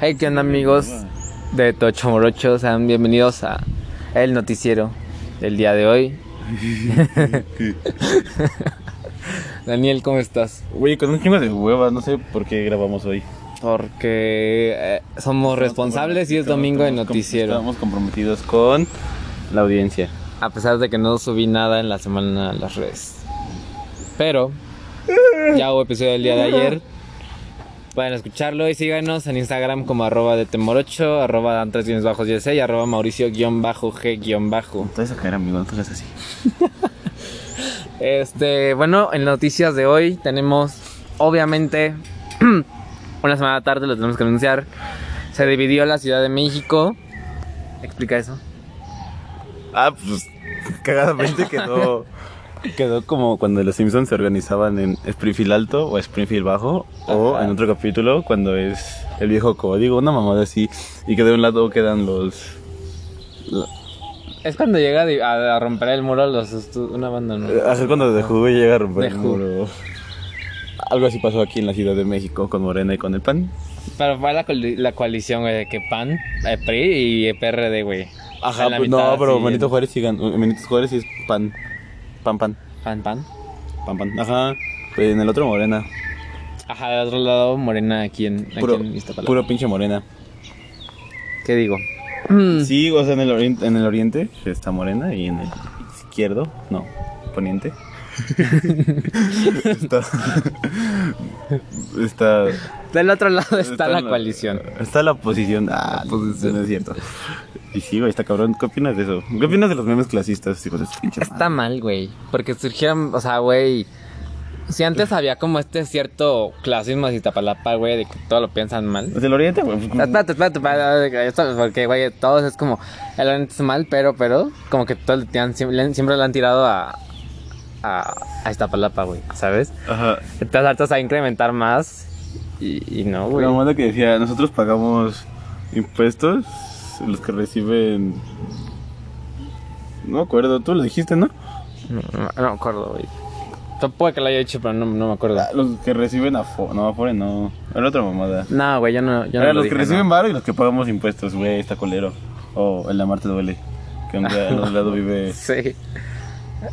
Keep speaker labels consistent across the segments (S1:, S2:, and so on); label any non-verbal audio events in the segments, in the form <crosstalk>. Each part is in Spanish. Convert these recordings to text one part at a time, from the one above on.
S1: Hey, ¿qué onda amigos de Tocho Morocho? Sean bienvenidos a el noticiero del día de hoy. Daniel, ¿cómo estás?
S2: Güey, con un chingo de hueva, no sé por qué grabamos hoy.
S1: Porque eh, somos responsables y es domingo de
S2: Estamos com-
S1: noticiero.
S2: Estamos comprometidos con la audiencia.
S1: A pesar de que no subí nada en la semana a las redes. Pero ya hubo episodio del día de ayer. Pueden escucharlo y síganos en Instagram como arroba de temorocho, arroba dan tres guiones bajos 16 y arroba mauricio guión bajo g guión bajo.
S2: Te vas a caer, amigo, no te hagas así.
S1: Este, bueno, en noticias de hoy tenemos, obviamente, <clears throat> una semana tarde, lo tenemos que anunciar. Se dividió la Ciudad de México. Explica eso.
S2: Ah, pues cagadamente <laughs> quedó. quedó como cuando los Simpsons se organizaban en Springfield Alto o Springfield Bajo o
S1: Ajá.
S2: en otro capítulo cuando es el viejo código, una mamada así. Y que de un lado quedan los.
S1: Es cuando llega a di- a, a romper el muro los estu- una banda, ¿no?
S2: Hacer eh, cuando de Who llega a romper el
S1: The Who.
S2: muro. Algo así pasó aquí en la Ciudad de México con Morena y con el PAN.
S1: Pero fue la, coali- la coalición, güey, de que PAN, eh, PRI y PRD, güey.
S2: Ajá,
S1: En la
S2: pues,
S1: mitad,
S2: no, pero
S1: sí,
S2: Benito
S1: en-
S2: Juárez sí ganó. Benito Juárez sí es pan. Pan, pan.
S1: PAN, PAN.
S2: Pan, pan. Ajá. Pues en el otro Morena.
S1: Ajá, del otro lado, Morena, aquí en, aquí
S2: Puro,
S1: en Iztapalapa.
S2: puro pinche Morena.
S1: ¿Qué digo? Mm.
S2: Sí, o sea, en el, oriente, en el oriente está Morena y en el izquierdo, no,
S1: <laughs>
S2: poniente. está. Está.
S1: Del otro lado está
S2: están
S1: la
S2: los-
S1: coalición.
S2: Está la oposición. Ah,
S1: La oposición.
S2: no es cierto. Y sí, güey, está cabrón. ¿Qué opinas de eso? ¿Qué opinas de los memes clasistas, hijos de su pinche
S1: Está mal, güey. Porque surgieron, o sea, güey. Si antes había como este cierto clasismo de Iztapalapa, güey, de que todo lo piensan mal.
S2: ¿Del oriente, güey?
S1: Espérate, espérate, espérate, esto- porque, güey, todos es como, el oriente es mal, pero, pero, como que todos le tiran- siempre, siempre le han tirado a, a, a Iztapalapa, güey, ¿sabes?
S2: Ajá.
S1: Entonces, hartos a incrementar más y, y no, güey.
S2: La mamada que decía, nosotros pagamos impuestos, los que reciben... No me acuerdo, tú lo dijiste, ¿no?
S1: No, no- no me acuerdo, güey. Tampoco que lo haya hecho, pero no, no me acuerdo.
S2: Los que reciben afo... No, afore no. Era otra mamada.
S1: No, güey, yo no, yo no
S2: Era
S1: lo
S2: los que
S1: dije,
S2: reciben
S1: no.
S2: varo y los que pagamos impuestos, güey, está colero. O en la mar te duele. Que un día al otro lado vive... <laughs>
S1: Sí.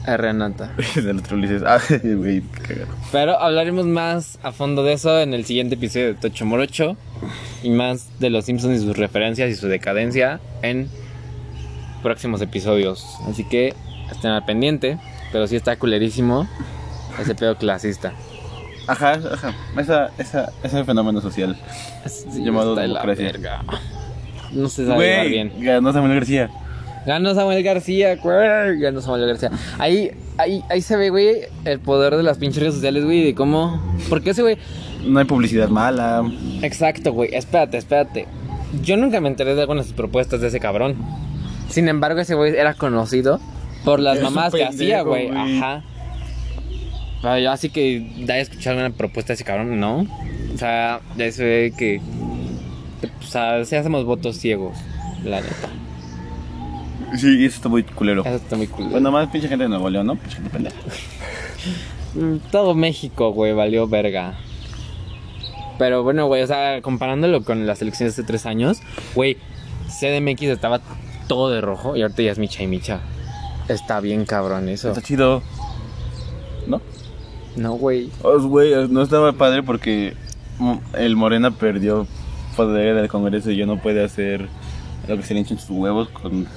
S1: A Renata.
S2: Del otro le <laughs> dices, ah, güey, qué cagado.
S1: Pero hablaremos más a fondo de eso en el siguiente episodio de Tocho Morocho y más de los Simpsons y sus referencias y su decadencia en próximos episodios. Así que estén al pendiente, pero sí está culerísimo ese pedo clasista.
S2: Ajá, ajá. Esa, esa, ese fenómeno social.
S1: Sí,
S2: Llamado
S1: está de la
S2: democracia.
S1: verga. No se sabe llevar bien.
S2: Güey, ganó Samuel García.
S1: Ganó Samuel García, güey. Ganó Samuel García. Ahí, ahí, ahí se ve, güey, el poder de las pinches redes sociales, güey, de cómo. Porque ese güey.
S2: No hay publicidad mala.
S1: Exacto, güey. Espérate, espérate. Yo nunca me enteré de algunas propuestas de ese cabrón. Sin embargo, ese güey era conocido por las
S2: Es un
S1: mamás que hacía,
S2: pendejo,
S1: güey.
S2: güey.
S1: Ajá. Pero yo así que da a escuchar una propuesta de ese cabrón, ¿no? O sea, ya se ve que. O sea, si hacemos votos ciegos, la neta.
S2: Sí, eso está muy culero.
S1: Eso está muy cool.
S2: Bueno, Pues más pinche gente de Nuevo León, ¿no? Pinche gente pendeja.
S1: Mm, Todo México, güey, valió verga. Pero bueno, güey, o sea, comparándolo con las elecciones de hace tres años, güey, CDMX estaba todo de rojo y ahorita ya es micha y micha. Está bien cabrón eso.
S2: Está chido. ¿No?
S1: No, güey.
S2: Oh, güey, no estaba padre porque mm, el Morena perdió poder del Congreso y yo no puede hacer lo que se le hinchen sus huevos con...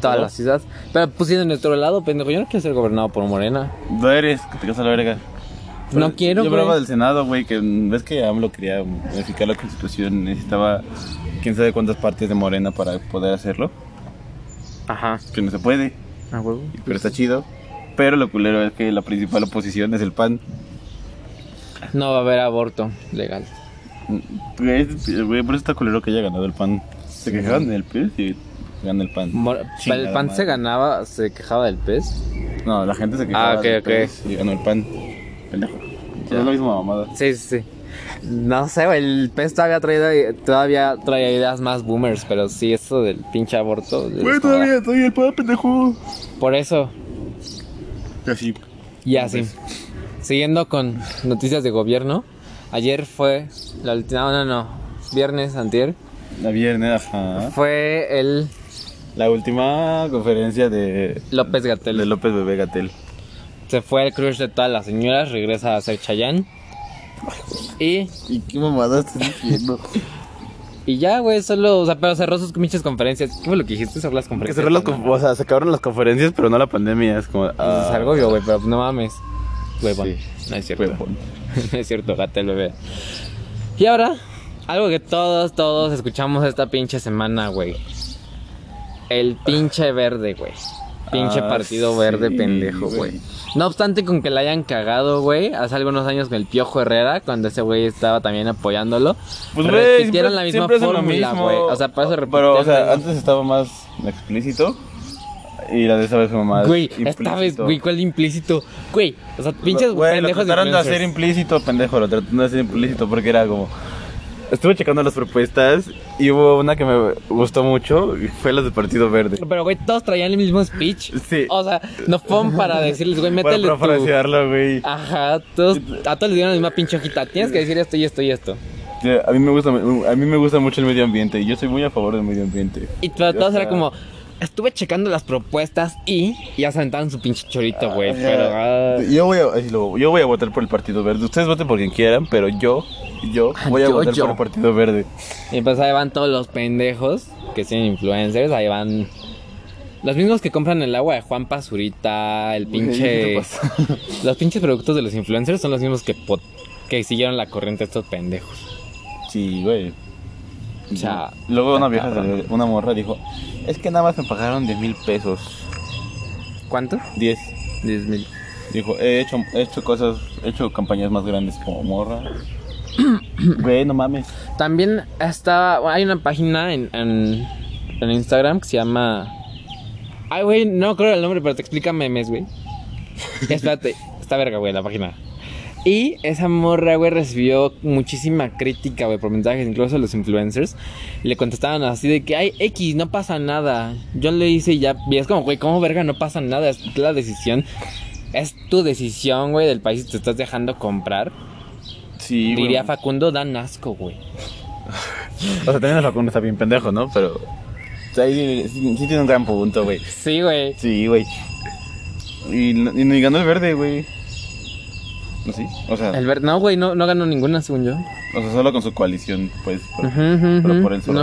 S1: Todas
S2: ¿No?
S1: las ciudades. Pero pusieron de nuestro lado, pendejo. Yo no quiero ser gobernado por Morena.
S2: No eres, que te casas la verga. Pues,
S1: No quiero,
S2: Yo
S1: güey.
S2: hablaba del Senado, güey, que mm, ves que AMLO quería modificar la Constitución, necesitaba quién sabe cuántas partes de Morena para poder hacerlo,
S1: Ajá.
S2: que no se puede,
S1: A huevo.
S2: pero está chido. Pero lo culero es que la principal oposición es el PAN.
S1: No va a haber aborto legal.
S2: Güey, es- güey, por eso está culero que haya ganado el pan. Se quejaron del pez y gana el pan.
S1: Mor-
S2: Chingada
S1: el pan se
S2: madre.
S1: ganaba, se quejaba del E pez.
S2: No, la gente se quejaba
S1: Ah, ok,
S2: del
S1: ok.
S2: pez y ganó el pan. Pendejo. Es la misma mamada.
S1: Sí, sí, sí. No sé, güey, el pez todavía traía, todavía traía ideas más boomers, pero sí, eso del pinche aborto. de-
S2: Güey, todavía soy el pan, pendejo.
S1: Por eso,
S2: Y así.
S1: y así.
S2: Pues.
S1: Siguiendo con noticias de gobierno, ayer fue la última. No, no, no. viernes, antier,
S2: La viernes, ajá.
S1: fue el
S2: La última conferencia de
S1: López Gatel.
S2: de López Bebé Gatel.
S1: Se fue el crush de todas las señoras, regresa a ser Chayanne. Y,
S2: ¿Y qué mamada estás <laughs> diciendo?
S1: y ya, güey, solo, o sea, pero cerró sus pinches conferencias. ¿Qué fue lo que dijiste sobre las
S2: que
S1: conferencias?
S2: cerró las
S1: No,
S2: con- o sea, se acabaron las conferencias, pero no la pandemia. Es como.
S1: Eso
S2: ah,
S1: Pues es algo obvio, güey, pero no mames. Huevón.
S2: Sí.
S1: No es cierto. <laughs>
S2: huevón.
S1: no es cierto, gata el bebé. Y ahora, algo que todos, todos escuchamos esta pinche semana, güey. El pinche verde, güey. Pinche
S2: Ah,
S1: partido verde
S2: sí,
S1: pendejo,
S2: güey.
S1: güey. No obstante con que la hayan cagado, güey, hace algunos años con el Piojo Herrera, cuando ese güey estaba también apoyándolo,
S2: Pues, güey,
S1: repitieron
S2: siempre-
S1: la misma
S2: siempre hacen lo
S1: fórmula,
S2: mismo.
S1: güey. O sea, para eso repitieron
S2: Pero, o
S1: la
S2: sea,
S1: misma-
S2: antes estaba más explícito. Y la de esa vez fue más.
S1: Güey, esta vez,
S2: implícito.
S1: güey, ¿cuál implícito? Güey, o sea, pinches
S2: Güey, lo
S1: pendejos
S2: trataron de hacer
S1: influencers.
S2: implícito, pendejo. Lo trataron de hacer implícito porque era como. Estuve checando las propuestas y hubo una que me gustó mucho. Y fue la del Partido Verde.
S1: Pero, güey, todos traían el mismo speech.
S2: Sí.
S1: O sea, no fueron
S2: <laughs>
S1: para decirles, güey, métele
S2: Para
S1: tu...
S2: parafrasearlo, güey.
S1: Ajá, todos, a todos les dieron la misma pinche hojita. Tienes que decir esto y esto y esto.
S2: Sí, A mí, me gusta, a mí me gusta mucho el medio ambiente y yo soy muy a favor del medio ambiente.
S1: Y para todos
S2: O sea,
S1: era como, estuve checando las propuestas y y ya se aventaban su pinche chorito, güey.
S2: Ah,
S1: pero, ah,
S2: yo, voy a, ay, lo- yo voy a votar por el Partido Verde. Ustedes voten por quien quieran, pero yo, <laughs> yo voy a
S1: Yo,
S2: votar
S1: yo.
S2: por el Partido Verde.
S1: Y pues ahí van todos los pendejos que son influencers, ahí van... Los mismos que compran el agua de Juan Pazurita, el
S2: ¿Qué
S1: pinche...
S2: pasa?
S1: <laughs> Los pinches productos de los influencers son los mismos que, po- que siguieron la corriente de estos pendejos.
S2: Sí, güey.
S1: O sea,
S2: Luego una vieja,
S1: cabrón.
S2: salió- una morra dijo, es que nada más me pagaron 10 mil pesos.
S1: ¿Cuánto?
S2: 10.
S1: 10 mil.
S2: Dijo, he hecho, he hecho cosas, he hecho campañas más grandes como <coughs> morra. Güey, no mames.
S1: También está. bueno, hay una página en, en, en Instagram que se llama. Ay, güey, no creo el nombre, pero te explica memes, güey. Espérate, está verga, güey, la página. Y esa morra, güey, recibió muchísima crítica, güey, por mensajes, incluso los influencers. Le contestaban así de que, ay, X, no pasa nada. Yo le hice y ya, y es como, güey, ¿cómo verga no pasa nada? Es la decisión. Es tu decisión, güey, del país que te estás dejando comprar.
S2: Sí, güey.
S1: Diría Facundo, dan asco, güey.
S2: O sea, también el vacuno está bien pendejo, ¿no? Pero... O sea, ahí sí- sí tiene un gran punto, güey.
S1: Sí, güey.
S2: Sí, güey. Y, no- y ni ganó el verde, güey. ¿No sí? O sea,
S1: El ver- no, güey, no, no ganó ninguna, según yo.
S2: o sea, solo con su coalición, pues. Pero,
S1: Ujú, ujú,
S2: pero
S1: ujú.
S2: por el solo.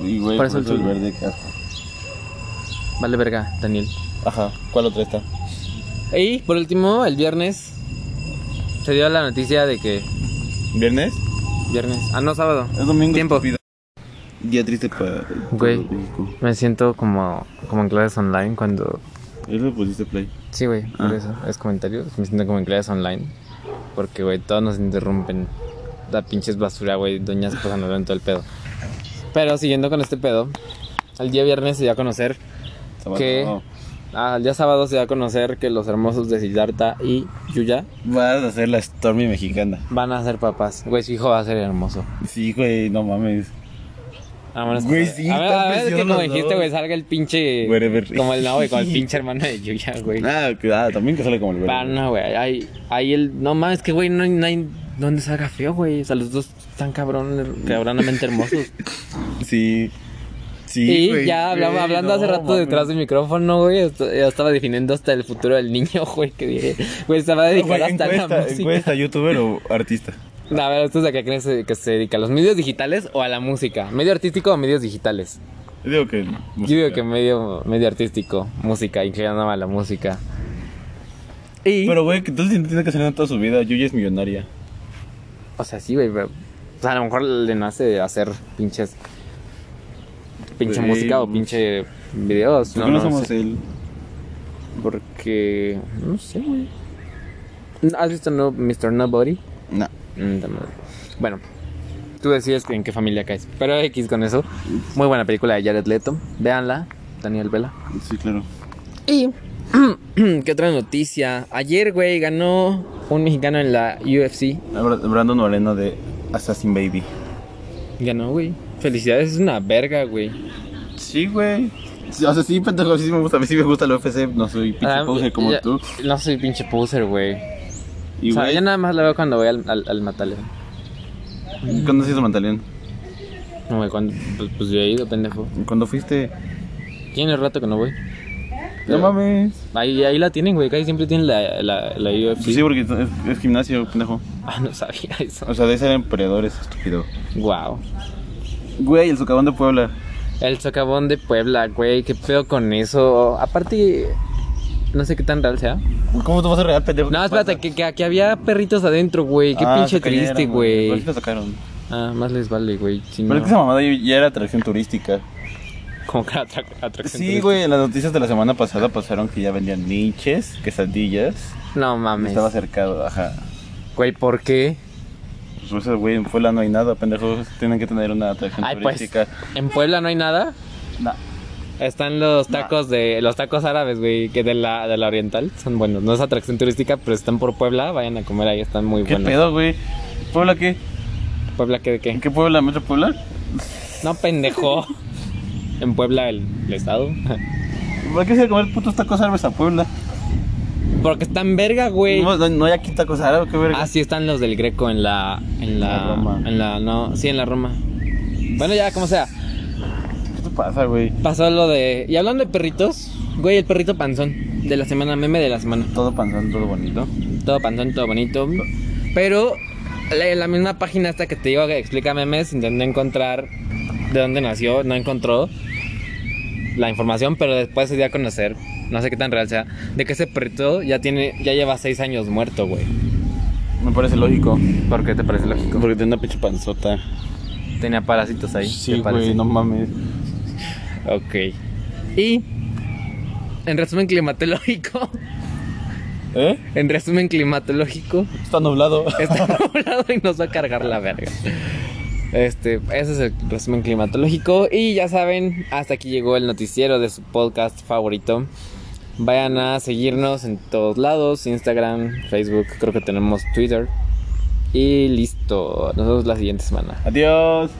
S1: No,
S2: Y,
S1: Por
S2: güey, por
S1: eso
S2: eso
S1: el
S2: el
S1: solo.
S2: verde, qué asco.
S1: vale verga, Daniel.
S2: Ajá, ¿cuál otra está?
S1: Y por último, el viernes se dio la noticia de que.
S2: ¿Viernes?
S1: Viernes. Ah, no, sábado.
S2: Es domingo.
S1: Tiempo.
S2: estúpido. Día triste para.
S1: Güey. Me siento como, como en clases online cuando.
S2: Él le pusiste play.
S1: Sí, güey, por
S2: Ah.
S1: eso. Es comentarios. Me siento como en clases online. Porque, güey, todos nos interrumpen. Da pinches basura, güey. Doñas pasando en todo el pedo. Pero siguiendo con este pedo, el día viernes se dio a conocer
S2: Sábado.
S1: ¿Qué?
S2: No.
S1: Ah, el día sábado se da a conocer que los hermosos de Siddhartha y Yuya
S2: Vas a hacer la Stormy mexicana.
S1: van a ser papás. Güey, su hijo va a ser hermoso.
S2: Sí, güey, no mames.
S1: A menos que-
S2: Güey, sí,
S1: a ver,
S2: están
S1: a ver, es que
S2: preciosos
S1: como
S2: los
S1: dijiste,
S2: dos.
S1: güey, salga el pinche.
S2: Güey, güey.
S1: Como el no, güey,
S2: <laughs>
S1: con el pinche hermano de Yuya, güey.
S2: Ah, que- ah, también que sale como el verde.
S1: Ah, no, güey. Ahí, ahí el. No mames, que, güey, no, hay- no hay donde salga feo, güey. O sea, los dos están cabrón, cabronamente hermosos.
S2: Sí. <laughs> Sí,
S1: y
S2: güey, Ah,
S1: ya hablaba-
S2: güey,
S1: hablando
S2: no
S1: hace rato
S2: mames.
S1: detrás del micrófono, güey. est- Ya estaba definiendo hasta el futuro del niño, <laughs> güey. Que dije, güey, se va a dedicar
S2: Güey,
S1: hasta la
S2: encuesta,
S1: música.
S2: encuesta, youtuber o artista.
S1: No, a ver, ¿usted a qué crees que se dedica? ¿A los medios digitales o a la música? ¿Medio artístico o medios digitales?
S2: Yo digo que.
S1: Yo digo que medio, medio artístico, música, inclinando a la música. Y...
S2: Pero, güey, que entonces tiene que salir toda su vida. Yuya es millonaria.
S1: O sea, sí, güey, pero... O sea, a lo mejor le nace de hacer pinches... Pinche
S2: Sí,
S1: música o
S2: pues.
S1: pinche videos.
S2: ¿Por qué no, somos
S1: sé.
S2: él?
S1: Porque... No sé, güey. ¿Has visto no, Mr. Nobody?
S2: No.
S1: Mm, ta madre. Bueno, tú decides en qué familia caes. Pero X con eso. Muy buena película de Jared Leto. Véanla, Daniel Vela.
S2: Sí, claro.
S1: Y, <clears throat> ¿qué otra noticia? Ayer, güey, ganó un mexicano en la UFC.
S2: Bra- Brandon Moreno de Assassin Baby.
S1: Ganó, güey. Felicidades, es una verga, güey.
S2: Sí, güey. Sí, O sea, sí, pendejo, sí me gusta. A mí sí me gusta el UFC. No soy pinche
S1: Ah,
S2: poser como
S1: ya-
S2: tú.
S1: No soy pinche poser, güey.
S2: Y,
S1: o sea,
S2: güey,
S1: yo nada más la veo cuando voy al, al, al Mataleón.
S2: ¿Cuándo se hizo Mantalión?
S1: No, güey, cuando- pues, pues yo he ido, pendejo.
S2: ¿Cuándo fuiste?
S1: Tiene rato que no voy.
S2: No
S1: Pero-
S2: mames.
S1: Ahí, ahí la tienen, güey. Casi siempre tienen la, la, la UFC.
S2: Sí, porque es, es gimnasio, pendejo.
S1: Ah, no sabía eso.
S2: O sea, de ser emperadores, estúpido.
S1: Wow.
S2: Güey, el socavón de Puebla.
S1: El socavón de Puebla, güey. Qué pedo con eso. Aparte, no sé qué tan real sea.
S2: ¿Cómo te vas a regar, pendejo?
S1: No, espérate, que, que, que había perritos adentro, güey.
S2: Ah,
S1: Qué pinche triste,
S2: ¿Por
S1: güey.
S2: qué lo sacaron?
S1: Ah, más les vale, güey. Si no-
S2: Pero es que esa mamada ya- ya era atracción turística.
S1: Como que atra- atracción
S2: Sí, güey, en las noticias de la semana pasada pasaron que ya vendían niches, quesadillas.
S1: turística. No mames.
S2: Estaba cercado, ajá.
S1: Güey, ¿por qué?
S2: Pues o sea, güey, en Puebla no hay nada, pendejos. Tienen que tener una atracción
S1: Ay, pues,
S2: turística.
S1: en Puebla no hay nada.
S2: No.
S1: Están los tacos de los tacos árabes, güey, que de la, de la oriental son buenos. No es atracción turística, pero están por Puebla, vayan a comer ahí, están muy
S2: ¿Qué
S1: buenos.
S2: pedo, güey? ¿Puebla qué?
S1: ¿Puebla qué de qué?
S2: ¿En qué Puebla? ¿Metro Puebla?
S1: No,
S2: <laughs>
S1: pendejo. en Puebla el, el estado. <laughs>
S2: ¿Por qué se va a comer putos tacos árabes a Puebla?
S1: Porque están verga, güey.
S2: No, no- no hay aquí tacos árabes, qué verga.
S1: Así Ah, están los del Greco en la en la,
S2: La Roma.
S1: en la no, sí en la Roma. Bueno, ya como sea.
S2: ¿Qué te pasa, güey?
S1: Pasó lo de y hablando de perritos, güey, el perrito panzón de la semana, meme de la semana.
S2: Todo panzón, todo bonito.
S1: Todo panzón, todo bonito. Pero la, la misma página hasta que te digo que explica memes, intenté encontrar de dónde nació, no encontró la información, pero después se dio a conocer, no sé qué tan real sea, de que ese perrito ya tiene, ya lleva seis años muerto, güey.
S2: Me parece lógico.
S1: ¿Por qué te parece lógico?
S2: Porque tiene una pinche panzota.
S1: Tenía parásitos ahí.
S2: Sí,
S1: ¿te parece?
S2: güey, no mames.
S1: Ok. Y en resumen climatológico, <laughs>
S2: ¿Eh?
S1: en resumen climatológico, <laughs>
S2: Está nublado.
S1: Está nublado y nos va a cargar la verga. Este, ese es el resumen climatológico. Y ya saben, hasta aquí llegó el noticiero de su podcast favorito. Vayan a seguirnos en todos lados: Instagram, Facebook, creo que tenemos Twitter. Y listo, nos vemos la siguiente semana.
S2: Adiós.